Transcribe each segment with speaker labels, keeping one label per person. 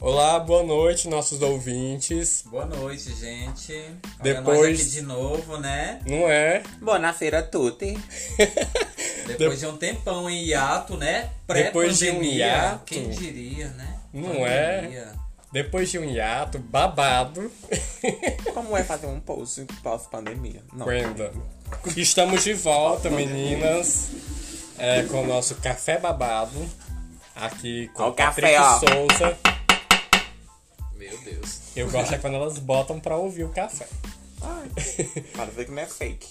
Speaker 1: Olá, boa noite, nossos ouvintes.
Speaker 2: Boa noite, gente. Olha nós
Speaker 1: Depois-
Speaker 2: aqui de novo, né?
Speaker 1: Não é?
Speaker 3: Buonasera a tutti.
Speaker 2: Depois de um tempão em hiato, né?
Speaker 1: Depois de um
Speaker 2: Pré-pandemia,
Speaker 1: hiato.
Speaker 2: Quem diria, né?
Speaker 1: Não é? Depois de um hiato babado,
Speaker 3: Como é fazer um post pós-pandemia? Não.
Speaker 1: Brenda, estamos de volta, meninas, é, com o nosso café babado, aqui com
Speaker 3: Ó o
Speaker 1: o Patrick
Speaker 3: café, ó.
Speaker 1: Souza.
Speaker 2: Meu Deus.
Speaker 1: Eu gosto é quando elas botam pra ouvir o café.
Speaker 3: Ai, para ver que não é fake.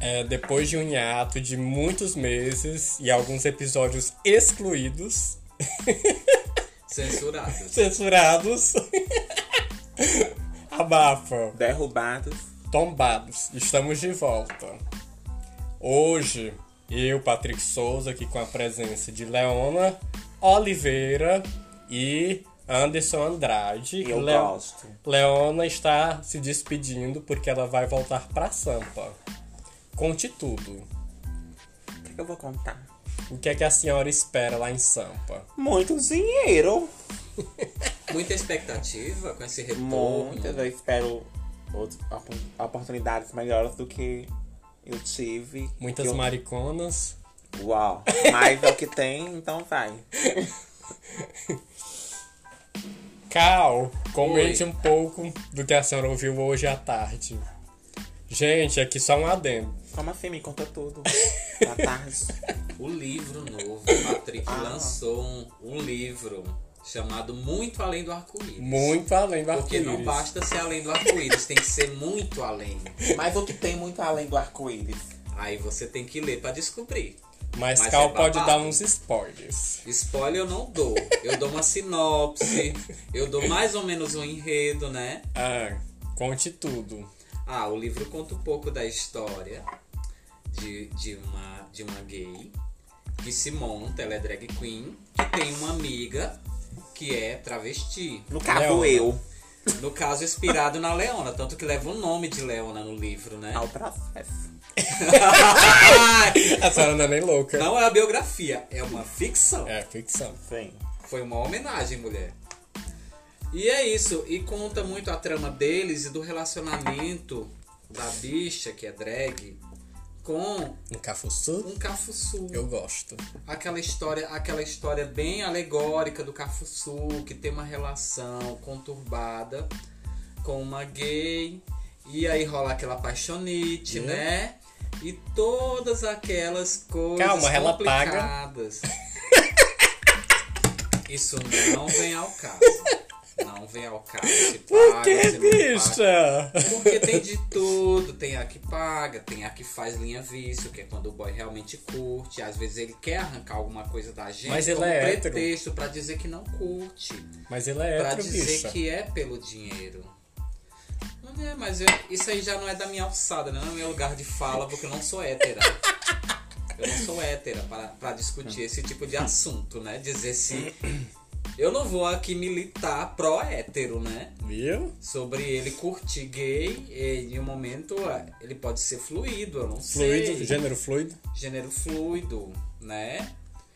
Speaker 1: É, depois de um hiato de muitos meses e alguns episódios excluídos,
Speaker 2: Censurados.
Speaker 1: censurados, abafa.
Speaker 3: Derrubados.
Speaker 1: tombados, estamos de volta. Hoje, eu, Patrick Souza, aqui com a presença de Leona Oliveira e Anderson Andrade.
Speaker 3: Eu
Speaker 1: Leo-
Speaker 3: gosto.
Speaker 1: Leona está se despedindo porque ela vai voltar para Sampa. Conte tudo.
Speaker 3: O que, que eu vou contar?
Speaker 1: O que é que a senhora espera lá em Sampa?
Speaker 3: Muito dinheiro.
Speaker 2: Muita expectativa com esse retorno.
Speaker 3: Muitas. Eu espero outras opor- oportunidades melhores do que eu tive.
Speaker 1: Muitas
Speaker 3: eu...
Speaker 1: mariconas.
Speaker 3: Uau. Mas é o que tem, então vai.
Speaker 1: Cal, comente
Speaker 2: Oi.
Speaker 1: um pouco do que a senhora ouviu hoje à tarde. Gente, aqui só um adendo.
Speaker 3: Como assim? Me conta tudo. Boa tarde.
Speaker 2: O livro novo. O Patrick lançou um, um livro chamado Muito Além do Arco-Íris.
Speaker 1: Muito além do
Speaker 2: Porque
Speaker 1: arco-íris.
Speaker 2: não basta ser além do arco-íris, tem que ser muito além.
Speaker 3: Mas o que tem muito além do arco-íris?
Speaker 2: Aí você tem que ler pra descobrir.
Speaker 1: Mas,
Speaker 2: Mas
Speaker 1: Cal
Speaker 2: é
Speaker 1: pode
Speaker 2: babado.
Speaker 1: dar uns spoilers.
Speaker 2: Spoiler eu não dou. Eu dou uma sinopse, eu dou mais ou menos um enredo, né?
Speaker 1: Ah, conte tudo.
Speaker 2: Ah, o livro conta um pouco da história de, de, uma, de uma gay que se monta, ela é drag queen, que tem uma amiga que é travesti.
Speaker 3: No caso,
Speaker 1: Leona.
Speaker 3: eu.
Speaker 2: No caso, inspirado na Leona, tanto que leva o nome de Leona no livro, né?
Speaker 3: Ao processo.
Speaker 1: A senhora não é nem louca.
Speaker 2: Não é a biografia, é uma ficção.
Speaker 1: É ficção.
Speaker 3: Sim.
Speaker 2: Foi uma homenagem, mulher. E é isso. E conta muito a trama deles e do relacionamento da bicha, que é drag, com
Speaker 1: Um cafuçu,
Speaker 2: um cafuçu.
Speaker 1: eu gosto.
Speaker 2: Aquela história, aquela história bem alegórica do cafuçu, que tem uma relação conturbada com uma gay. E aí rola aquela paixonite,
Speaker 1: Yeah.
Speaker 2: né? E todas aquelas coisas
Speaker 1: Calma, ela paga.
Speaker 2: complicadas. Isso não vem ao caso. Não vem ao caso. Se
Speaker 1: Por
Speaker 2: paga,
Speaker 1: que,
Speaker 2: se não
Speaker 1: bicha?
Speaker 2: paga. Porque tem de tudo, tem a que paga, tem a que faz linha vício, que é quando o boy realmente curte. Às vezes ele quer arrancar alguma coisa da gente
Speaker 1: Mas ele
Speaker 2: como
Speaker 1: é hétero.
Speaker 2: pretexto pra dizer que não curte.
Speaker 1: Mas ele é
Speaker 2: pra
Speaker 1: hétero,
Speaker 2: dizer
Speaker 1: bicha.
Speaker 2: que é pelo dinheiro. Não é, mas eu- isso aí já não é da minha alçada, não é meu lugar de fala, porque eu não sou hétera. Eu não sou hétera para, para discutir esse tipo de assunto, né? Dizer se. Eu não vou aqui militar pró-hétero, né?
Speaker 1: Viu?
Speaker 2: sobre ele curtir gay e, em um momento ah, ele pode ser fluido, eu não
Speaker 1: Fluido,
Speaker 2: sei.
Speaker 1: gênero fluido.
Speaker 2: Gênero fluido, né?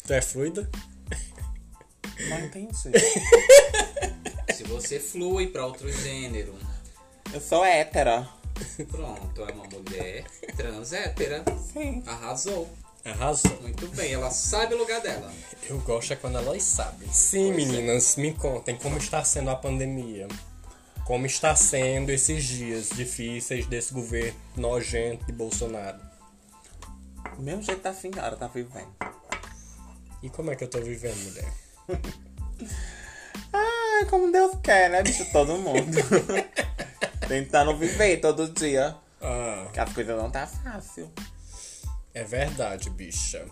Speaker 1: Tu é fluida?
Speaker 3: Não entendi.
Speaker 2: Se você flui pra outro gênero.
Speaker 3: Eu sou hétera.
Speaker 2: Pronto, é uma mulher trans é hétera.
Speaker 3: Sim.
Speaker 2: Arrasou.
Speaker 1: Arrasou.
Speaker 2: Muito bem, ela sabe o lugar dela.
Speaker 1: Eu gosto é quando elas sabem. Sim,
Speaker 2: é.
Speaker 1: meninas, me contem como está sendo a pandemia. Como está sendo esses dias difíceis desse governo nojento de Bolsonaro.
Speaker 3: O mesmo jeito da senhora tá vivendo.
Speaker 1: E como é que eu tô vivendo, mulher?
Speaker 3: Ai, como Deus quer, né, bicho? Todo mundo. Tentando viver todo dia.
Speaker 1: Ah,
Speaker 3: Que as coisas não tá fácil.
Speaker 1: é verdade, bicha.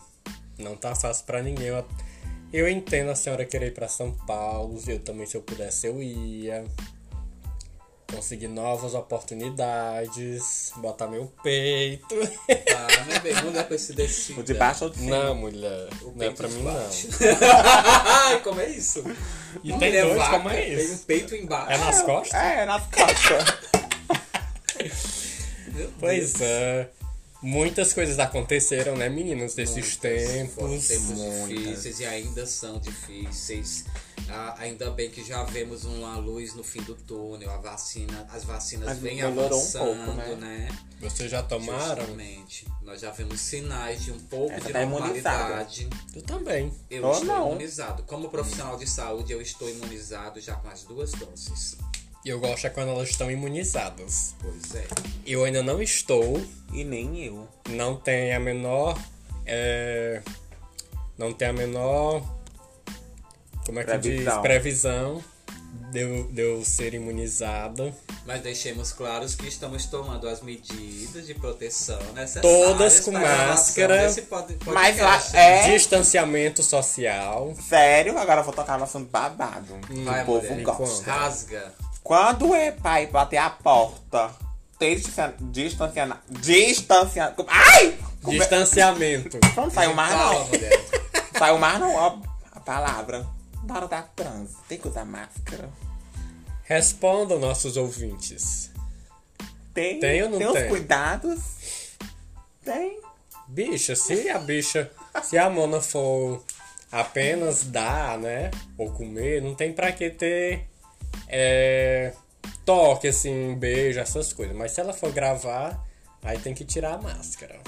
Speaker 1: Não tá fácil pra ninguém. Eu, eu entendo a senhora querer ir pra São Paulo. Eu também, se eu pudesse, eu ia. Conseguir novas oportunidades. Botar meu peito.
Speaker 2: Ah, meu bem, não é pra se decidir.
Speaker 3: O de baixo ou de cima?
Speaker 1: Não, mulher. Não é pra mim, não.
Speaker 2: Ai, como é isso?
Speaker 1: E
Speaker 2: Uma
Speaker 1: tem
Speaker 2: mulher
Speaker 1: dois,
Speaker 2: vaca,
Speaker 1: como é
Speaker 2: Tem um
Speaker 1: isso?
Speaker 2: peito embaixo.
Speaker 1: É nas costas?
Speaker 3: É, nas costas.
Speaker 2: Meu
Speaker 1: Pois é. Muitas coisas aconteceram, né, meninos, desses
Speaker 2: Muitas,
Speaker 1: tempos.
Speaker 2: Foram tempos
Speaker 1: Muitas.
Speaker 2: difíceis e ainda são difíceis. Ah, ainda bem que já vemos uma luz no fim do túnel, a vacina, as vacinas
Speaker 3: Mas
Speaker 2: vêm
Speaker 3: melhorou um
Speaker 2: avançando,
Speaker 3: pouco,
Speaker 2: né?
Speaker 1: Vocês já tomaram?
Speaker 2: Justamente. Nós já vemos sinais de um pouco
Speaker 3: Essa
Speaker 2: de
Speaker 3: tá imunizada.
Speaker 2: normalidade.
Speaker 1: Eu também.
Speaker 2: Eu
Speaker 3: Ou
Speaker 2: estou
Speaker 3: não.
Speaker 2: imunizado. Como profissional de saúde, eu estou imunizado já com as duas doses.
Speaker 1: E eu gosto é quando elas estão imunizadas.
Speaker 2: Pois é.
Speaker 1: Eu ainda não estou,
Speaker 3: E nem eu.
Speaker 1: não tem a menor. é, não tem a menor. Como é que diz?
Speaker 3: Previsão.
Speaker 1: Previsão de eu, de eu ser imunizada.
Speaker 2: Mas deixemos claros que estamos tomando as medidas de proteção necessárias.
Speaker 1: Todas com
Speaker 2: para a gravação
Speaker 1: máscara.
Speaker 2: desse pod-
Speaker 3: Mas lá
Speaker 2: podcast.
Speaker 3: é.
Speaker 1: Distanciamento social.
Speaker 3: Sério, agora eu vou tocar no assunto babado. que
Speaker 2: Vai,
Speaker 3: o povo
Speaker 2: é, mulher.
Speaker 1: Enquanto.
Speaker 3: gosta.
Speaker 2: Rasga.
Speaker 3: Quando é pai bater a porta, tem distanciamento. Distanciamento. Ai! Como é-
Speaker 1: Distanciamento.
Speaker 3: Pronto, saiu mais
Speaker 2: Fala,
Speaker 3: Ah, não.
Speaker 2: mulher.
Speaker 3: Saiu mais não, ó. A palavra. Na hora da trans, tem que usar máscara.
Speaker 1: Respondam nossos ouvintes.
Speaker 3: Tem,
Speaker 1: Tem ou não tem?
Speaker 3: os cuidados. Tem.
Speaker 1: Bicha, se a bicha, se a mona for apenas dar, né? Ou comer, não tem pra que ter é, toque, assim, beijo, essas coisas. Mas se ela for gravar, aí tem que tirar a máscara.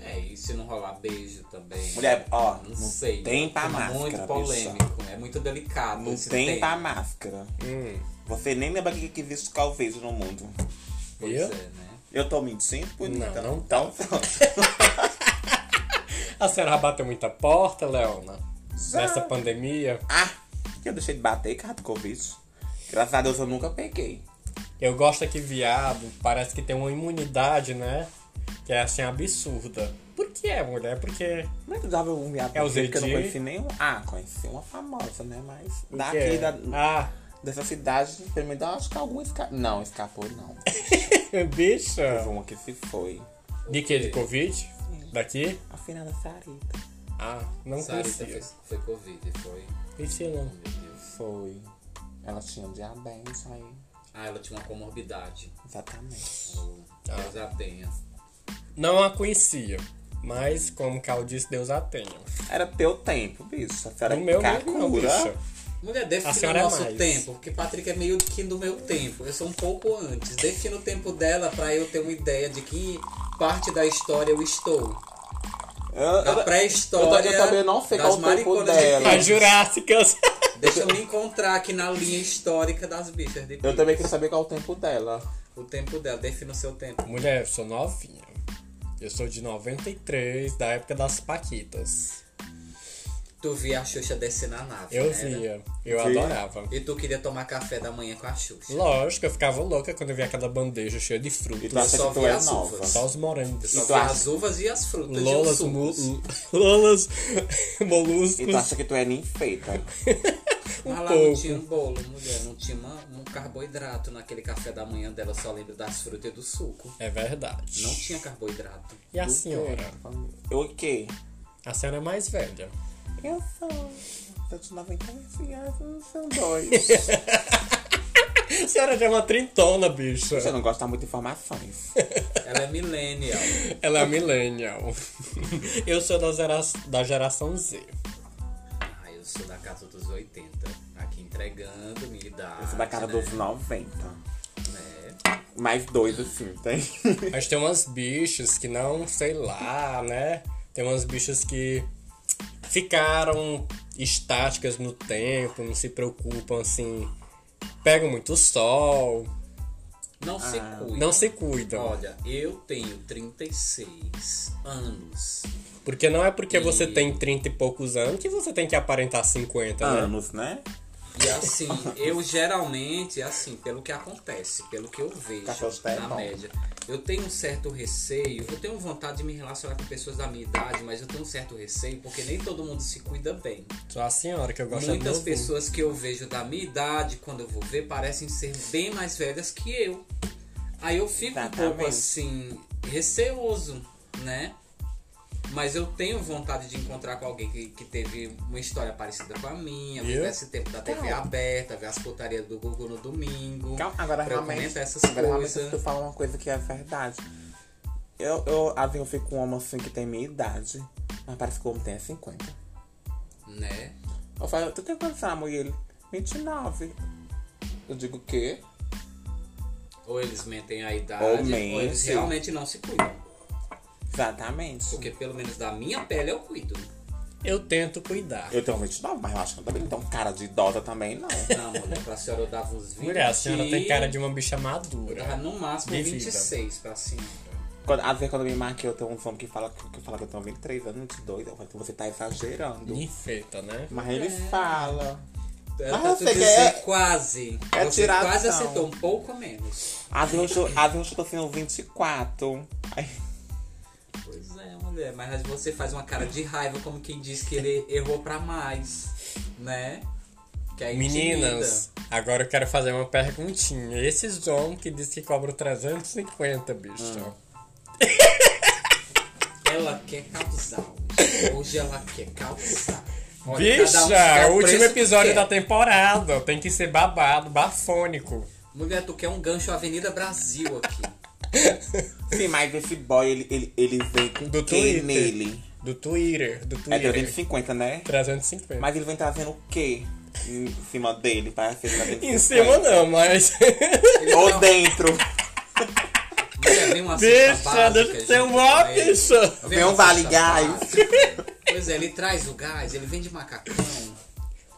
Speaker 2: É, e se não rolar beijo também.
Speaker 3: Mulher, ó,
Speaker 2: não,
Speaker 3: não
Speaker 2: sei.
Speaker 3: tem pra
Speaker 2: é
Speaker 3: máscara,
Speaker 2: Muito
Speaker 3: bicha.
Speaker 2: polêmico, é muito delicado.
Speaker 3: Não
Speaker 2: esse
Speaker 3: tem
Speaker 2: tema.
Speaker 3: pra máscara.
Speaker 1: Hum,
Speaker 3: Você nem lembra que, que existe calvejo no mundo.
Speaker 2: Pois
Speaker 1: eu?
Speaker 2: é, né?
Speaker 3: Eu tô mentindo?
Speaker 1: Não,
Speaker 3: bonita?
Speaker 1: não
Speaker 3: Então, pronto.
Speaker 1: A senhora bateu muita porta, Leona?
Speaker 3: Já.
Speaker 1: Nessa pandemia?
Speaker 3: Ah, que eu deixei de bater, cara, do Covid. Graças a Deus eu nunca peguei.
Speaker 1: Eu gosto é que viado parece que tem uma imunidade, né? Que é, assim, absurda. Por que é, mulher? Porque...
Speaker 3: Não é que dava um viado
Speaker 1: É o
Speaker 3: que eu não
Speaker 1: Zedi?
Speaker 3: conheci nenhum. Ah, conheci uma famosa, né? Mas
Speaker 1: que
Speaker 3: daqui
Speaker 1: é?
Speaker 3: da,
Speaker 1: Ah,
Speaker 3: dessa cidade, pelo menos eu acho que algum escapou. Não, escapou não.
Speaker 1: bicha...
Speaker 3: Teve uma que se foi.
Speaker 1: De que? De Covid? Daqui?
Speaker 3: A Fernanda Sarita.
Speaker 1: Ah, não
Speaker 2: Sarita
Speaker 1: conhecia.
Speaker 2: foi, foi Covid, foi.
Speaker 1: Conhecia não.
Speaker 2: Meu Deus.
Speaker 3: Foi. Ela tinha diabetes aí.
Speaker 2: Ah, ela tinha uma comorbidade.
Speaker 3: Exatamente.
Speaker 2: Ou
Speaker 1: Ah.
Speaker 2: Deus a tenha.
Speaker 1: Não a conhecia. Mas, como Cal disse, Deus a tenha.
Speaker 3: Era teu tempo, bicho. A senhora
Speaker 1: No meu mesmo não,
Speaker 3: cacura.
Speaker 1: bicha.
Speaker 2: Mulher,
Speaker 1: A
Speaker 2: defina o
Speaker 1: senhora é
Speaker 2: nosso
Speaker 1: mais.
Speaker 2: tempo, porque Patrick é meio que do meu tempo. Eu sou um pouco antes. Defina o tempo dela pra eu ter uma ideia de que parte da história eu estou.
Speaker 3: Eu- eu-
Speaker 2: Da pré-história.
Speaker 3: eu ta- eu também não sei
Speaker 2: das
Speaker 3: qual o tempo
Speaker 2: mariconas de
Speaker 3: dela.
Speaker 1: As
Speaker 2: Pinos.
Speaker 1: Jurássicas.
Speaker 2: Deixa eu me encontrar aqui na linha histórica das bichas de
Speaker 3: eu também queria saber qual o tempo dela.
Speaker 2: O tempo dela, defina o seu tempo.
Speaker 1: Mulher, eu sou novinha. Eu sou de 93, da época das Paquitas.
Speaker 2: Tu via a Xuxa descer na nave.
Speaker 1: Eu
Speaker 2: né?
Speaker 1: via. Eu
Speaker 3: Via.
Speaker 1: adorava.
Speaker 2: E tu queria tomar café da manhã com a Xuxa.
Speaker 1: Lógico, eu ficava louca quando eu via aquela bandeja cheia de
Speaker 3: E
Speaker 1: frutos.
Speaker 3: tu acha
Speaker 2: só
Speaker 3: que tu
Speaker 2: vê
Speaker 3: é
Speaker 2: as
Speaker 3: nova.
Speaker 2: uvas.
Speaker 1: Só os morangos.
Speaker 2: Só
Speaker 3: tu
Speaker 2: via
Speaker 3: acha-
Speaker 2: as uvas e as frutas. um e os
Speaker 1: Lolas, mu-
Speaker 2: sucos.
Speaker 1: Lolas,
Speaker 3: E tu
Speaker 1: moluscos.
Speaker 3: acha que tu é nem feita.
Speaker 2: Mas lá não
Speaker 1: pouco.
Speaker 2: tinha um bolo, mulher. Não tinha uma- um carboidrato naquele café da manhã dela. Eu só lembro das frutas e do suco.
Speaker 1: É verdade.
Speaker 2: Não tinha carboidrato.
Speaker 1: E a senhora?
Speaker 3: Eu o quê?
Speaker 1: A senhora é mais velha.
Speaker 3: Eu sou. Eu de 95 anos, eu sou dois.
Speaker 1: A senhora já é uma trintona, bicha.
Speaker 3: Você não gosta muito de informações.
Speaker 2: Ela é millennial.
Speaker 1: Ela é millennial. Eu sou da, gera- da geração Z.
Speaker 2: Ah, eu sou da casa dos 80. Aqui entregando, minha idade.
Speaker 3: Você da cara
Speaker 2: né?
Speaker 3: dos 90.
Speaker 2: É.
Speaker 3: Mais dois, assim, tem.
Speaker 1: Mas tem umas bichas que não, sei lá, né? Tem umas bichas que ficaram estáticas no tempo, não se preocupam, assim. Pegam muito sol,
Speaker 2: Não se
Speaker 3: Ah.
Speaker 2: cuida.
Speaker 1: não se cuidam.
Speaker 2: Olha, eu tenho 36 anos.
Speaker 1: Porque não é porque você tem 30 e poucos anos que você tem que aparentar 50,
Speaker 2: Ah.
Speaker 1: né?
Speaker 3: Anos, né?
Speaker 2: E assim, eu geralmente, assim, pelo que acontece, pelo que eu vejo
Speaker 3: Café aos pés é
Speaker 2: na
Speaker 3: bom.
Speaker 2: média, eu tenho um certo receio, eu tenho vontade de me relacionar com pessoas da minha idade, mas eu tenho um certo receio porque nem todo mundo se cuida bem.
Speaker 1: Só a senhora que eu gosto é do
Speaker 2: Muitas
Speaker 1: novinho.
Speaker 2: pessoas que eu vejo da minha idade, quando eu vou ver, parecem ser bem mais velhas que eu. Aí eu fico um pouco
Speaker 3: Exatamente.
Speaker 2: assim, receoso, né? Mas eu tenho vontade de encontrar com alguém que, que teve uma história parecida com a minha,
Speaker 1: Eu?
Speaker 2: viver esse tempo da TV aberta, ver as putarias do Gugu no domingo.
Speaker 3: Calma, agora
Speaker 2: pra eu
Speaker 3: realmente.
Speaker 2: comentar essas
Speaker 3: agora, realmente, tu
Speaker 2: coisas.
Speaker 3: fala uma coisa que é verdade. Eu, eu, às vezes, eu fico com um homem assim que tem minha idade, mas parece que o homem tem 50.
Speaker 2: Né?
Speaker 3: é Eu falo, tu tem quantos anos? E ele, 29. Eu digo, o quê?
Speaker 2: Ou eles mentem a idade,
Speaker 3: Ou
Speaker 2: ou,
Speaker 3: mente.
Speaker 2: eles realmente não se cuidam.
Speaker 3: Exatamente.
Speaker 2: Porque pelo menos da minha pele eu cuido.
Speaker 1: Eu tento cuidar.
Speaker 3: Eu tenho 29, mas eu acho que eu também não tenho cara de idosa também, não.
Speaker 2: Não, mulher, pra senhora eu dava uns 20.
Speaker 1: Mulher, a senhora tem cara de uma bicha madura.
Speaker 2: Dava no máximo é
Speaker 1: De vida.
Speaker 2: 26 pra senhora.
Speaker 3: Quando, às vezes quando eu me marquei, eu tenho um homem que fala que, que fala que eu tenho 23 anos, 22. Eu falo, você tá exagerando.
Speaker 1: Enfeita, né?
Speaker 3: Mas ele fala.
Speaker 1: Ah,
Speaker 2: Ela
Speaker 3: Mas
Speaker 2: tá
Speaker 3: você
Speaker 2: tudo
Speaker 3: quer-
Speaker 2: assim, quase.
Speaker 3: é
Speaker 2: você
Speaker 3: tiração.
Speaker 2: quase acertou um pouco a menos.
Speaker 3: Às vezes eu, cho- às vezes eu tô sendo 24. Aí,
Speaker 2: Pois é, mulher. Mas aí você faz uma cara de raiva como quem diz que ele errou pra mais, né? Que aí
Speaker 1: Meninas, agora eu quero fazer uma perguntinha. Esses homens que diz que cobram 350, bicho.
Speaker 2: Ah. intimida. Ela quer causar. Hoje ela quer causar. Olha, cada um
Speaker 1: Bicha,
Speaker 2: dá
Speaker 1: o último
Speaker 2: preço que
Speaker 1: episódio
Speaker 2: quer.
Speaker 1: da temporada. Tem que ser babado, bafônico.
Speaker 2: Mulher, tu quer um gancho Avenida Brasil aqui.
Speaker 3: sim, mas esse boy, ele, ele, ele vem
Speaker 2: Um
Speaker 3: com
Speaker 1: Do
Speaker 3: quem
Speaker 1: Twitter.
Speaker 3: nele?
Speaker 1: Do Twitter, do
Speaker 3: É
Speaker 1: Twitter.
Speaker 3: 350, né?
Speaker 1: 350.
Speaker 3: Mas ele vem trazendo o quê? Em cima dele, para ser
Speaker 1: Em
Speaker 2: é.
Speaker 1: cima não, mas.
Speaker 3: Ou dentro.
Speaker 2: Mulher, vem uma cesta
Speaker 1: bicha,
Speaker 2: básica,
Speaker 1: deixa de ser
Speaker 2: junto
Speaker 1: um
Speaker 2: com
Speaker 1: ó,
Speaker 2: ele.
Speaker 1: bicha.
Speaker 2: Vem
Speaker 3: Vem um
Speaker 2: uma cesta
Speaker 3: vale gás.
Speaker 2: básica. Pois é, ele traz o gás, ele vende macacão.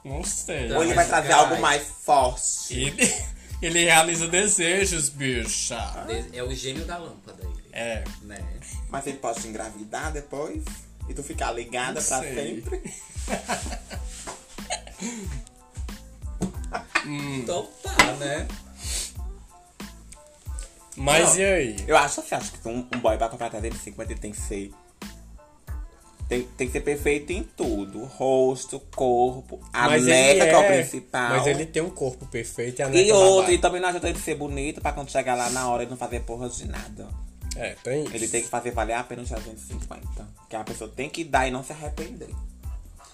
Speaker 1: Não sei.
Speaker 3: Ou ele vai trazer
Speaker 2: Gás.
Speaker 3: algo mais forte.
Speaker 1: Ele, ele realiza desejos, bicha.
Speaker 2: De- É o gênio da lâmpada ele,
Speaker 1: É.
Speaker 2: né?
Speaker 3: Mas ele pode te engravidar depois? E tu ficar ligada
Speaker 1: Não
Speaker 3: pra
Speaker 1: sei.
Speaker 3: sempre?
Speaker 2: Então
Speaker 1: Ah,
Speaker 2: tá, né?
Speaker 1: Mas
Speaker 3: Não.
Speaker 1: e aí?
Speaker 3: Eu acho assim, acho que um, um boy pra comprar 350 ele tem que ser. Tem, tem que ser perfeito em tudo. Rosto, corpo, a
Speaker 1: Mas
Speaker 3: neta, que é o
Speaker 1: é-
Speaker 3: principal.
Speaker 1: Mas ele tem um corpo perfeito e a neta
Speaker 3: E outro,
Speaker 1: babada.
Speaker 3: e também não adianta ele ser bonito pra quando chegar lá na hora ele não fazer porra de nada.
Speaker 1: É, tem isso.
Speaker 3: então? Ele tem que fazer valer a pena os 350. Que a pessoa tem que dar e não se arrepender.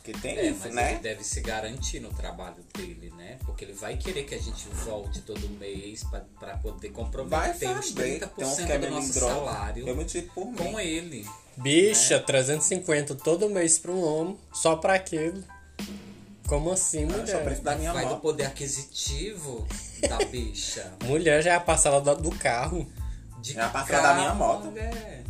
Speaker 3: Porque tem
Speaker 2: É,
Speaker 3: isso,
Speaker 2: mas
Speaker 3: né?
Speaker 2: ele deve se garantir no trabalho dele, né? Porque ele vai querer que a gente volte todo mês pra, pra poder
Speaker 3: Vai
Speaker 2: comprometer os
Speaker 3: saber.
Speaker 2: 30%
Speaker 3: Tem uns que é
Speaker 2: do nosso
Speaker 3: melindroso.
Speaker 2: salário
Speaker 3: Eu me tiro por mim.
Speaker 2: com ele.
Speaker 3: É.
Speaker 1: Bicha, 350 todo mês pra um homem, só pra aquilo. Como assim,
Speaker 3: Eu só
Speaker 1: mulher?
Speaker 3: preciso da minha
Speaker 2: vai do
Speaker 3: mão.
Speaker 2: poder aquisitivo da bicha.
Speaker 1: Mulher já é a parcela da- do carro.
Speaker 2: De
Speaker 3: É a parcela da minha moto.
Speaker 2: mulher.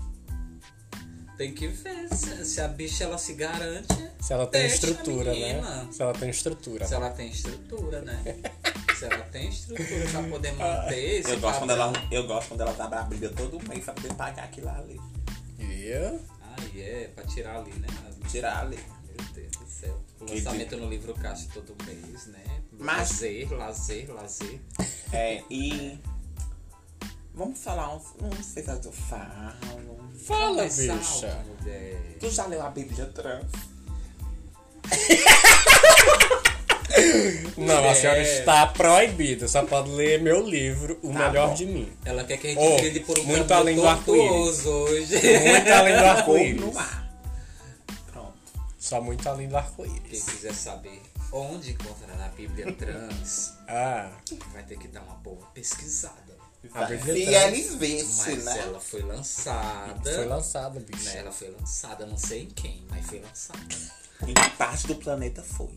Speaker 2: Tem que ver se, se a bicha ela se garante.
Speaker 1: Se ela tem
Speaker 2: deixa a
Speaker 1: estrutura,
Speaker 2: menina.
Speaker 1: né? Se ela tem estrutura.
Speaker 2: Se ela tem estrutura, né? Se ela tem estrutura pra poder manter esse
Speaker 3: Ah, Eu gosto, quando
Speaker 2: padrão.
Speaker 3: ela, eu gosto quando ela abre a briga todo mês pra poder pagar aquilo ali.
Speaker 1: Yeah.
Speaker 2: Ah, é, pra tirar ali, né?
Speaker 3: Tirar ali.
Speaker 2: Meu Deus do céu.
Speaker 3: Que
Speaker 2: Lançamento no livro caixa todo mês, né?
Speaker 3: Mas-
Speaker 2: Lazer, lazer, lazer.
Speaker 3: É, e. Vamos falar uns. Não sei se eu falo.
Speaker 1: Fala,
Speaker 2: Começar,
Speaker 1: bicha.
Speaker 2: mulher.
Speaker 3: Tu já leu a Bíblia trans?
Speaker 1: Não, a
Speaker 2: É.
Speaker 1: senhora está proibida. Só pode ler meu livro, O
Speaker 3: Tá
Speaker 1: Melhor
Speaker 3: bom.
Speaker 1: de Mim.
Speaker 2: Ela quer que a gente
Speaker 1: Oh,
Speaker 2: trilhe por um
Speaker 1: muito
Speaker 2: caminho
Speaker 1: além do arco-íris.
Speaker 2: tortuoso hoje.
Speaker 1: Muito além do
Speaker 3: no
Speaker 1: arco-íris.
Speaker 3: ar. Pronto.
Speaker 1: Só muito além do
Speaker 2: Quem
Speaker 1: arco-íris.
Speaker 2: quiser saber onde encontrar a Bíblia trans,
Speaker 1: Ah,
Speaker 2: vai ter que dar uma boa pesquisada.
Speaker 1: a
Speaker 3: Vai.
Speaker 1: Bíblia
Speaker 3: Se
Speaker 1: trans
Speaker 3: ele visse,
Speaker 2: Mas é
Speaker 3: né?
Speaker 2: ela foi lançada.
Speaker 1: foi lançada,
Speaker 2: né?
Speaker 1: bicha.
Speaker 2: Ela foi lançada, não sei em quem, mas foi lançada.
Speaker 3: Em que parte do planeta foi?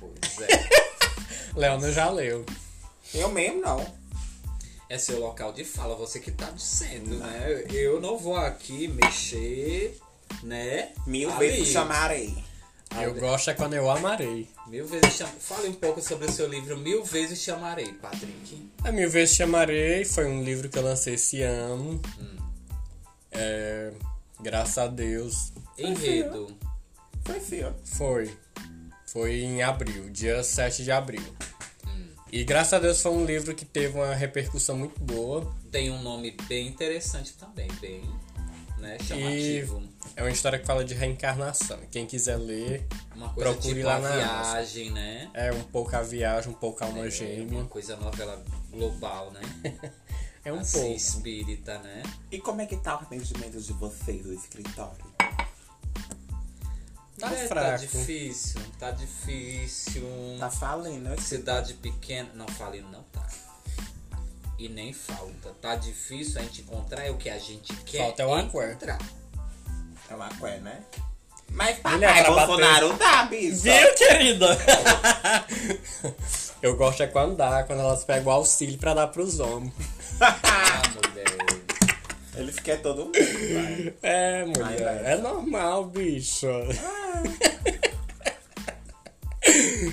Speaker 2: Pois é.
Speaker 1: Leona já leu.
Speaker 3: Eu mesmo não.
Speaker 2: É seu local de fala, você que tá dizendo, né?
Speaker 3: Ah.
Speaker 2: Eu não vou aqui mexer, né?
Speaker 3: Mil
Speaker 2: Ali.
Speaker 3: vezes te chamarei.
Speaker 2: Ah,
Speaker 1: Eu gosto é quando eu amarei.
Speaker 2: Mil vezes cham... Fale um pouco sobre o seu livro Mil Vezes Chamarei, Patrick.
Speaker 1: A Mil Vezes Te Amarei foi um livro que eu lancei esse ano.
Speaker 2: Hum.
Speaker 1: É, graças a Deus.
Speaker 2: Enredo.
Speaker 3: Foi sim, ó.
Speaker 1: Foi. Foi em abril, dia 7 de abril.
Speaker 2: Hum.
Speaker 1: E graças a Deus foi um livro que teve uma repercussão muito boa.
Speaker 2: Tem um nome bem interessante também, bem né,
Speaker 1: E
Speaker 2: chamativo.
Speaker 1: é uma história que fala de reencarnação. Quem quiser ler,
Speaker 2: Uma coisa
Speaker 1: procure
Speaker 2: tipo
Speaker 1: lá
Speaker 2: a
Speaker 1: na
Speaker 2: viagem, né?
Speaker 1: é um pouco a viagem, um pouco a alma
Speaker 2: É
Speaker 1: gêmea.
Speaker 2: uma coisa novela global, né?
Speaker 1: É um
Speaker 2: assim,
Speaker 1: pouco.
Speaker 2: espírita, né?
Speaker 3: E como é que tá o atendimento de vocês no escritório?
Speaker 1: Tá
Speaker 2: É, Tá
Speaker 1: fraco.
Speaker 2: difícil, tá difícil.
Speaker 3: Tá falindo, né?
Speaker 2: Cidade pequena. Não, falei, não tá. E nem falta. Tá difícil a gente encontrar é o que a gente quer.
Speaker 1: Falta é o
Speaker 2: encontrar.
Speaker 3: É uma coé, né? Mas
Speaker 1: Ele é
Speaker 3: papai
Speaker 1: pra bater.
Speaker 3: Bolsonaro dá, bicho.
Speaker 1: Viu, querida? Tá. Eu gosto é quando dá, quando elas pegam o auxílio pra dar pros homens.
Speaker 2: Ah, mulher.
Speaker 3: Ele quer todo mundo, vai.
Speaker 1: É, mulher.
Speaker 3: vai.
Speaker 1: é normal, bicho.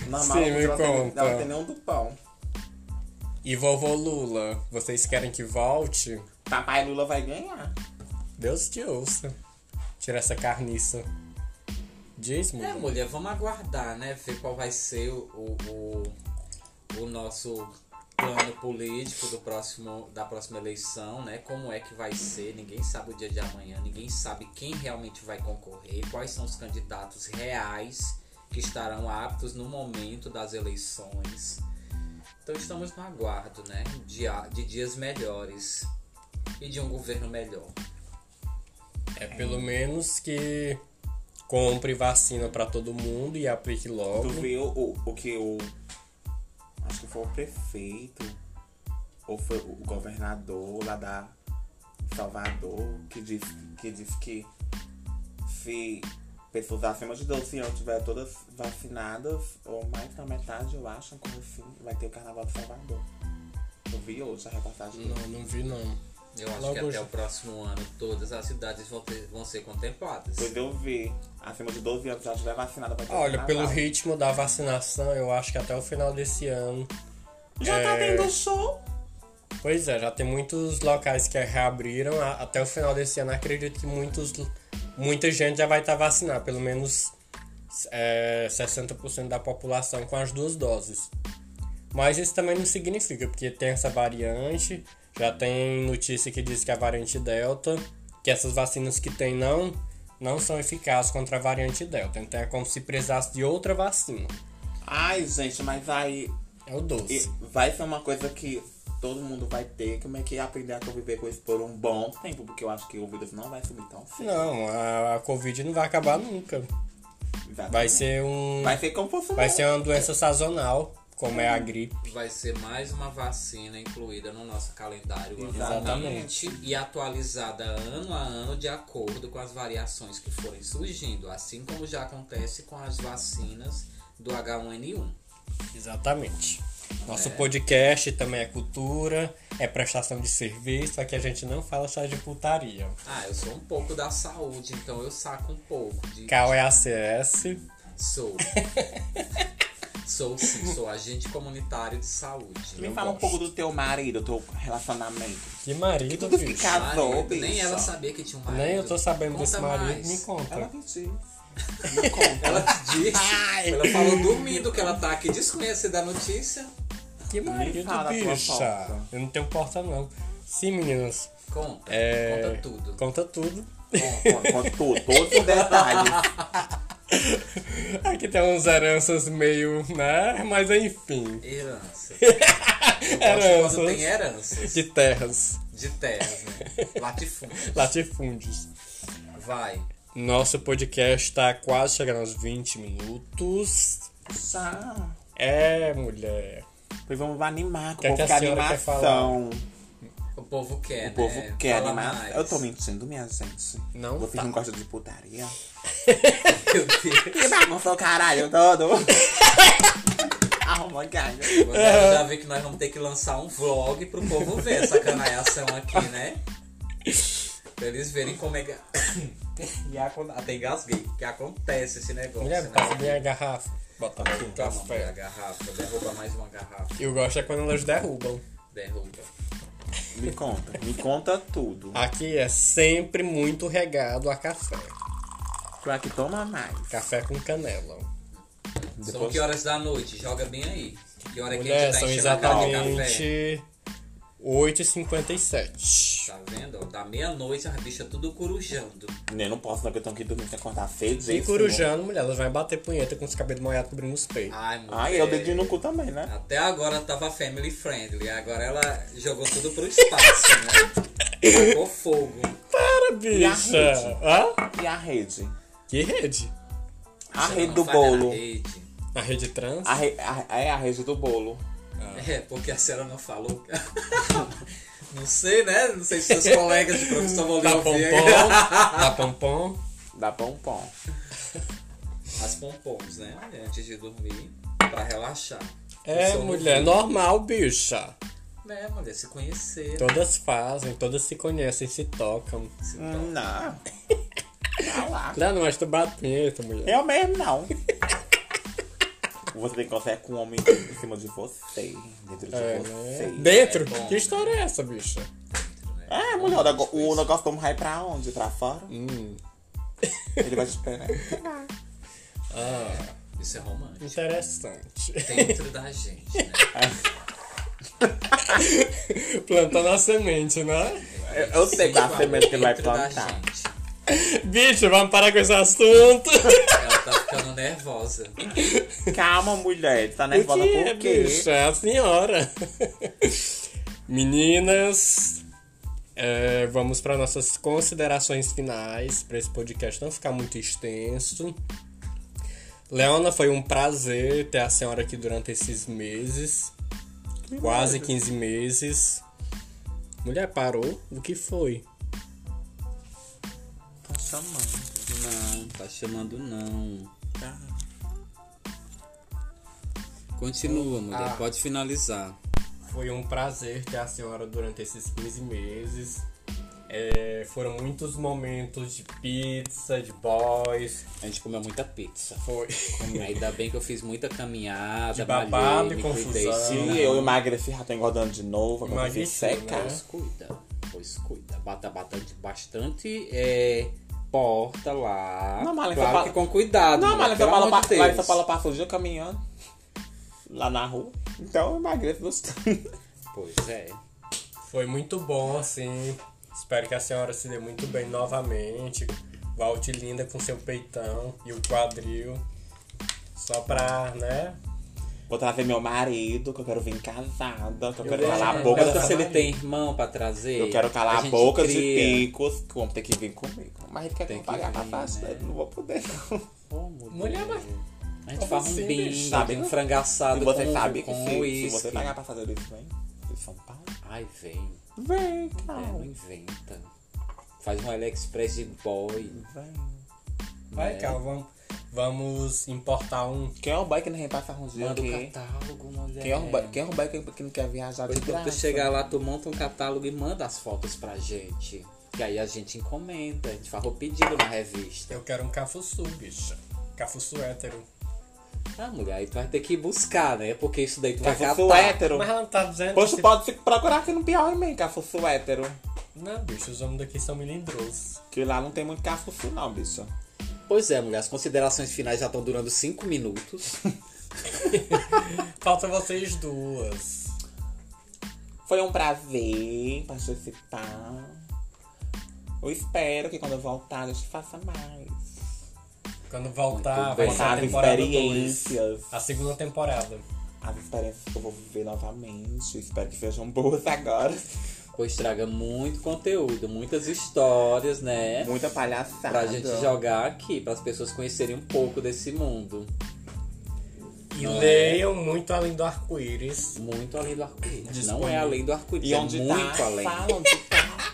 Speaker 3: Normal,
Speaker 1: Sim, me
Speaker 3: ela tem-
Speaker 1: conta.
Speaker 3: ela tem nenhum do pão.
Speaker 1: E vovô Lula, vocês querem que volte?
Speaker 3: Papai Lula vai ganhar.
Speaker 1: Deus te ouça. Tira essa carniça. Diz, mulher.
Speaker 2: É, mulher, vamos aguardar, né? Ver qual vai ser o, o, o, o nosso plano político do próximo, da próxima eleição, né? Como é que vai ser, ninguém sabe o dia de amanhã, ninguém sabe quem realmente vai concorrer, quais são os candidatos reais que estarão aptos no momento das eleições. Então estamos no aguardo, né? De, a- de dias melhores e de um governo melhor.
Speaker 1: É pelo menos que compre vacina pra todo mundo e aplique
Speaker 3: Tu
Speaker 1: logo.
Speaker 3: viu o, o que o. Acho que foi o prefeito. Ou foi o governador lá da Salvador que disse que, disse que se pessoas acima de 12 anos tiver todas vacinadas, ou mais da metade, eu acho, uma coisa assim, vai ter o carnaval de Salvador. Eu vi hoje a reportagem dele.
Speaker 1: Não, não vi não.
Speaker 2: Eu acho
Speaker 1: Logo
Speaker 2: que até
Speaker 1: já.
Speaker 2: o próximo ano todas as cidades vão, ter- vão ser contempladas.
Speaker 3: Pois eu vi. Acima de 12 anos já tiver vacinada vai ter o
Speaker 1: Olha, pelo
Speaker 3: carnaval.
Speaker 1: ritmo da vacinação, eu acho que até o final desse ano.
Speaker 3: Já tá
Speaker 1: É.
Speaker 3: tendo show?
Speaker 1: Pois é, já tem muitos locais que reabriram. A- Até o final desse ano, acredito que muitos, muita gente já vai estar vacinada. Pelo menos é, 60% da população com as duas doses. Mas isso também não significa, porque tem essa variante. Já tem notícia que diz que a variante Delta, que essas vacinas que tem não, não são eficazes contra a variante Delta. Então é como se precisasse de outra vacina.
Speaker 3: Ai, gente, mas aí
Speaker 1: É o doce.
Speaker 3: E vai ser uma coisa que todo mundo vai ter, como é que aprender a conviver com isso por um bom tempo, porque eu acho que o vírus não vai subir tão cedo.
Speaker 1: Não, a, a Covid não vai acabar nunca. Vai ser um.
Speaker 3: Vai ser como fosse
Speaker 1: Vai ser uma doença sazonal, como é a gripe.
Speaker 2: Vai ser mais uma vacina incluída no nosso calendário
Speaker 1: Exatamente.
Speaker 2: anualmente e atualizada ano a ano de acordo com as variações que forem surgindo, assim como já acontece com as vacinas do H1N1.
Speaker 1: Exatamente. Nosso podcast também é cultura, é prestação de serviço, aqui a gente não fala só de putaria.
Speaker 2: Ah, eu sou um pouco da saúde, então eu saco um pouco de
Speaker 1: Cal é ACS.
Speaker 2: sou. sou sim, sou agente comunitário de saúde.
Speaker 3: Me
Speaker 1: eu
Speaker 3: fala um
Speaker 1: gosto.
Speaker 3: pouco do teu marido, teu relacionamento.
Speaker 1: Que marido,
Speaker 3: Tudo
Speaker 1: Ah, bicho.
Speaker 3: fica- Casou,
Speaker 2: Marido, nem
Speaker 3: bicha.
Speaker 2: ela sabia que tinha um marido.
Speaker 1: Nem eu tô sabendo
Speaker 2: Conta
Speaker 1: desse marido,
Speaker 2: mais.
Speaker 1: me conta.
Speaker 3: Ela que diz. Me conta.
Speaker 2: Ela te disse, ela falou dormindo que ela tá aqui desconhecida da notícia.
Speaker 1: Que marido,
Speaker 3: fala a tua
Speaker 1: bicha.
Speaker 3: porta.
Speaker 1: Eu não tenho porta, não. Sim, meninas.
Speaker 2: Conta,
Speaker 1: É,
Speaker 2: conta tudo.
Speaker 1: Conta tudo.
Speaker 3: Conta, conta tudo, todos os detalhes.
Speaker 1: Aqui tem umas heranças meio, né? Mas enfim,
Speaker 2: Herança.
Speaker 1: Heranças.
Speaker 2: Quando tem heranças
Speaker 1: de terras,
Speaker 2: de terras, né? Latifúndio.
Speaker 1: latifúndios.
Speaker 2: Vai.
Speaker 1: Nosso podcast tá quase chegando aos 20 minutos.
Speaker 2: Tá.
Speaker 3: Já.
Speaker 1: É, mulher.
Speaker 3: Pois vamos animar, que
Speaker 1: Que
Speaker 3: o
Speaker 1: é que
Speaker 3: povo
Speaker 1: a
Speaker 3: quer
Speaker 1: senhora quer
Speaker 3: animação.
Speaker 2: O povo quer,
Speaker 3: O povo
Speaker 2: né?
Speaker 3: quer
Speaker 2: Fala
Speaker 3: animação.
Speaker 2: mais.
Speaker 3: Eu tô mentindo, minha gente.
Speaker 1: Não
Speaker 3: Vocês
Speaker 1: tá.
Speaker 3: não gostam de putaria?
Speaker 2: Meu Deus.
Speaker 3: Que bagunça o caralho todo. Arruma caralho.
Speaker 2: Agora eu já vi que nós vamos ter que lançar um vlog pro povo ver essa canaiação aqui, né? Pra eles verem como é que. E acon- Até engasguei. Que acontece esse negócio.
Speaker 1: Mulher,
Speaker 2: né?
Speaker 3: tá
Speaker 1: passa minha garrafa. Bota aqui o
Speaker 2: Toma, mulher, a
Speaker 1: café.
Speaker 2: garrafa. Derruba mais uma garrafa.
Speaker 1: Eu gosto é quando elas derrubam.
Speaker 2: Derruba.
Speaker 3: Me conta, me conta tudo.
Speaker 1: Aqui é sempre muito regado a café.
Speaker 3: Pra que toma mais.
Speaker 1: Café com canela.
Speaker 2: São que horas da noite? Joga bem aí. Que hora
Speaker 1: Mulher,
Speaker 2: que a
Speaker 1: são
Speaker 2: gente tá enchendo a cara de café?
Speaker 1: exatamente 8h57.
Speaker 2: Tá vendo? ó? Da meia-noite as bichas tudo corujando.
Speaker 3: Eu não posso, não, que eu tenho que dormir até acordar cedo,
Speaker 1: E
Speaker 3: gente.
Speaker 1: corujando, mulher, elas vão bater punheta com os cabelos molhados cobrindo os peitos.
Speaker 2: Ai, mulher.
Speaker 3: Ai, eu dedinho no cu também, né?
Speaker 2: Até agora tava family friendly, agora ela jogou tudo pro espaço, né? Tacou fogo.
Speaker 1: Para,
Speaker 3: a
Speaker 1: bicha!
Speaker 3: rede?
Speaker 1: Hã?
Speaker 3: E a rede?
Speaker 1: Que rede?
Speaker 3: A
Speaker 2: Você
Speaker 3: rede
Speaker 2: não
Speaker 3: do
Speaker 2: vai na
Speaker 3: bolo.
Speaker 2: rede.
Speaker 1: A rede trans?
Speaker 3: A re... a... É a rede do bolo.
Speaker 2: É, porque a senhora não falou. Não sei, né? Não sei se
Speaker 1: Tá
Speaker 2: seus colegas de profissão vão lhe
Speaker 1: Da
Speaker 2: ouvir.
Speaker 3: um
Speaker 1: pompom? da pompom?
Speaker 3: Da Pompom.
Speaker 2: as pompons, né? Antes de dormir, pra relaxar. O
Speaker 1: É,
Speaker 2: sono
Speaker 1: mulher,
Speaker 2: vivo.
Speaker 1: normal, bicha.
Speaker 2: É, mulher, se conhecer.
Speaker 1: Todas fazem, todas se conhecem, se tocam.
Speaker 2: se
Speaker 3: Hum, Não. Tá lá.
Speaker 1: Não, mas tu bate punheta, mulher.
Speaker 3: Eu mesmo não. Você tem que conversar com um homem em cima de você. Dentro de
Speaker 1: É,
Speaker 3: você.
Speaker 1: né? Dentro?
Speaker 2: É bom,
Speaker 1: que história é essa, bicha?
Speaker 2: toca, né?
Speaker 3: É, mulher, o nego- o negócio toma raio pra onde? Pra fora?
Speaker 1: Hum.
Speaker 3: Ele vai te esperar.
Speaker 1: Ah,
Speaker 2: Isso é romântico.
Speaker 1: interessante.
Speaker 2: Dentro da gente, né?
Speaker 1: Plantando a semente, né?
Speaker 3: Eu, eu sei
Speaker 2: é
Speaker 3: qual a semente que ele vai
Speaker 2: Dentro da
Speaker 3: plantar.
Speaker 2: gente.
Speaker 1: Bicha, vamos parar com esse assunto.
Speaker 2: Ela tá ficando nervosa.
Speaker 3: Calma, mulher. Tá nervosa
Speaker 1: O que é,
Speaker 3: por quê?
Speaker 1: bicha? É a senhora. Meninas, é, vamos para nossas considerações finais para esse podcast não ficar muito extenso. Leona, foi um prazer ter a senhora aqui durante esses meses. Quase 15 meses. Mulher, parou? O que foi?
Speaker 3: Tá chamando.
Speaker 2: Não, tá chamando não.
Speaker 3: tá?
Speaker 2: Continua, mulher.
Speaker 1: Ah.
Speaker 2: Pode finalizar.
Speaker 1: Foi um prazer ter a senhora durante esses 15 meses. É, foram muitos momentos de pizza, de boys.
Speaker 2: A gente comeu muita pizza.
Speaker 1: Foi.
Speaker 2: Ainda bem que eu fiz muita caminhada,
Speaker 1: De babado
Speaker 2: malhei,
Speaker 1: e
Speaker 2: me
Speaker 1: confusão.
Speaker 2: cuidei.
Speaker 3: Sim,
Speaker 2: Sim,
Speaker 3: eu emagreci, já tô engordando de novo. Agora eu fiz
Speaker 1: Emagreceu,
Speaker 3: seca.
Speaker 1: né?
Speaker 2: Pois cuida, pois cuida. Bata bastante, bastante é, porta lá.
Speaker 3: Não, mas
Speaker 2: claro
Speaker 3: fala-
Speaker 2: que com cuidado.
Speaker 3: Ah, Não,
Speaker 2: mulher,
Speaker 3: mas
Speaker 2: pelo
Speaker 3: essa bala,
Speaker 2: amor de
Speaker 3: pa- lá,
Speaker 2: Deus.
Speaker 3: essa bala passa o dia caminhando lá na rua. Então eu emagreço bastante.
Speaker 2: Pois é.
Speaker 1: Foi muito bom, assim. Espero que a senhora se dê muito bem novamente. Volte linda com seu peitão e o quadril. Só pra, né?
Speaker 3: Vou trazer meu marido, que eu quero vir casada, que eu, quero
Speaker 1: gosto
Speaker 3: calar a
Speaker 1: de-
Speaker 3: boca
Speaker 1: eu
Speaker 2: Pergunta
Speaker 3: dessa
Speaker 2: se ele
Speaker 1: marido.
Speaker 2: tem irmão pra trazer.
Speaker 3: Eu quero calar a,
Speaker 2: gente
Speaker 3: boca
Speaker 2: cria.
Speaker 3: de picos, que o homem tem que vir comigo. Mas ele quer
Speaker 2: Tem
Speaker 3: que eu pague a
Speaker 2: que vir,
Speaker 3: passagem,
Speaker 2: né?
Speaker 3: dele, não vou poder.
Speaker 2: Ô, mulher.
Speaker 1: Mulher, mas.
Speaker 2: A gente
Speaker 1: Como
Speaker 2: faz
Speaker 1: assim,
Speaker 2: um bingo,
Speaker 1: bicho?
Speaker 3: Sabe,
Speaker 2: um
Speaker 3: né?
Speaker 2: frango assado
Speaker 3: E você
Speaker 2: com,
Speaker 3: sabe que
Speaker 2: com
Speaker 3: se, se
Speaker 2: uísque.
Speaker 3: você pagar a passagem deles, vem. De São Paulo?
Speaker 2: Ai, vem.
Speaker 3: Vem,
Speaker 2: É, não
Speaker 3: calma.
Speaker 2: inventa. Faz um AliExpress de boy.
Speaker 3: Vem.
Speaker 1: Vai, calma, vamos, vamos importar um.
Speaker 3: Quem é o boy que não passa
Speaker 2: Manda
Speaker 3: arranjando
Speaker 2: o
Speaker 3: aqui?
Speaker 2: catálogo, mulher.
Speaker 3: Quem é o boy, quem é o boy que, que não quer viajar de
Speaker 2: Quando
Speaker 3: graça?
Speaker 2: tipo, tu chegar lá, tu monta um catálogo e manda as fotos pra gente. Que aí a gente encomenda, a gente faz o pedido na revista.
Speaker 1: Eu quero um cafuçu, bicha. Cafuçu hétero.
Speaker 2: Ah, mulher, aí tu vai ter que ir buscar, né? Porque isso daí tu vai
Speaker 3: Cafuçu
Speaker 2: catar.
Speaker 3: hétero.
Speaker 1: Mas ela não tá dizendo.
Speaker 3: Poxa,
Speaker 1: se-
Speaker 3: pode se procurar aqui no pior também, cafuçu hétero.
Speaker 1: Não, bicho, os homens daqui são melindrosos.
Speaker 3: Que lá não tem muito cafuçu não, bicho.
Speaker 2: Pois é, mulher, as considerações finais já estão durando 5 minutos.
Speaker 1: Faltam vocês duas.
Speaker 3: Foi um prazer participar. Eu espero que quando eu voltar a gente faça mais.
Speaker 1: Quando voltar,
Speaker 2: Muito
Speaker 1: vai
Speaker 2: bem.
Speaker 1: ser a
Speaker 3: Contar as
Speaker 1: temporada 2.
Speaker 3: experiências.
Speaker 1: A segunda temporada.
Speaker 3: As experiências que eu vou viver novamente. Espero que sejam boas agora.
Speaker 2: Pois traga muito conteúdo, muitas histórias, né?
Speaker 3: Muita palhaçada.
Speaker 2: Pra gente jogar aqui, para as pessoas conhecerem um pouco desse mundo.
Speaker 1: E
Speaker 2: Não é?
Speaker 1: leiam muito além do arco-íris.
Speaker 2: Muito além do arco-íris.
Speaker 1: Disponível.
Speaker 2: Não é além do arco-íris,
Speaker 3: E
Speaker 2: é
Speaker 3: onde tá?
Speaker 2: muito além.
Speaker 3: Fala onde tá.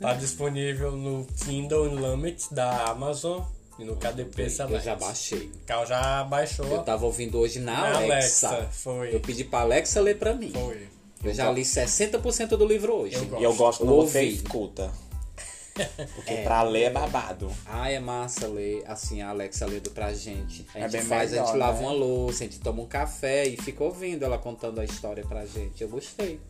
Speaker 1: Tá disponível no Kindle Unlimited da Amazon e no KDP Select.
Speaker 2: Eu já baixei.
Speaker 1: Cal já baixou.
Speaker 2: Eu tava ouvindo hoje na,
Speaker 1: Na
Speaker 2: Alexa.
Speaker 1: Alexa, foi.
Speaker 2: Eu pedi pra Alexa ler pra mim.
Speaker 1: Foi.
Speaker 2: Eu já li 60% do livro hoje.
Speaker 1: Eu gosto.
Speaker 3: E eu gosto quando você
Speaker 2: Ouvi.
Speaker 3: escuta. Porque pra ler é babado.
Speaker 2: Ah, é massa ler, assim, a Alexa lendo pra gente. A
Speaker 3: É
Speaker 2: gente
Speaker 3: bem
Speaker 2: faz, a
Speaker 3: melhor,
Speaker 2: gente lava
Speaker 3: né?
Speaker 2: uma louça, a gente toma um café e fica ouvindo ela contando a história pra gente. Eu gostei.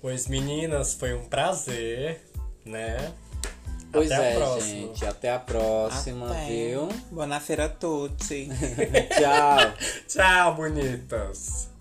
Speaker 1: Pois meninas, foi um prazer, né?
Speaker 2: Pois
Speaker 1: Até a
Speaker 2: é,
Speaker 1: próxima.
Speaker 2: gente. Até a próxima,
Speaker 3: Até.
Speaker 2: viu?
Speaker 3: Boa feira a tutti.
Speaker 2: Tchau.
Speaker 1: Tchau, bonitas.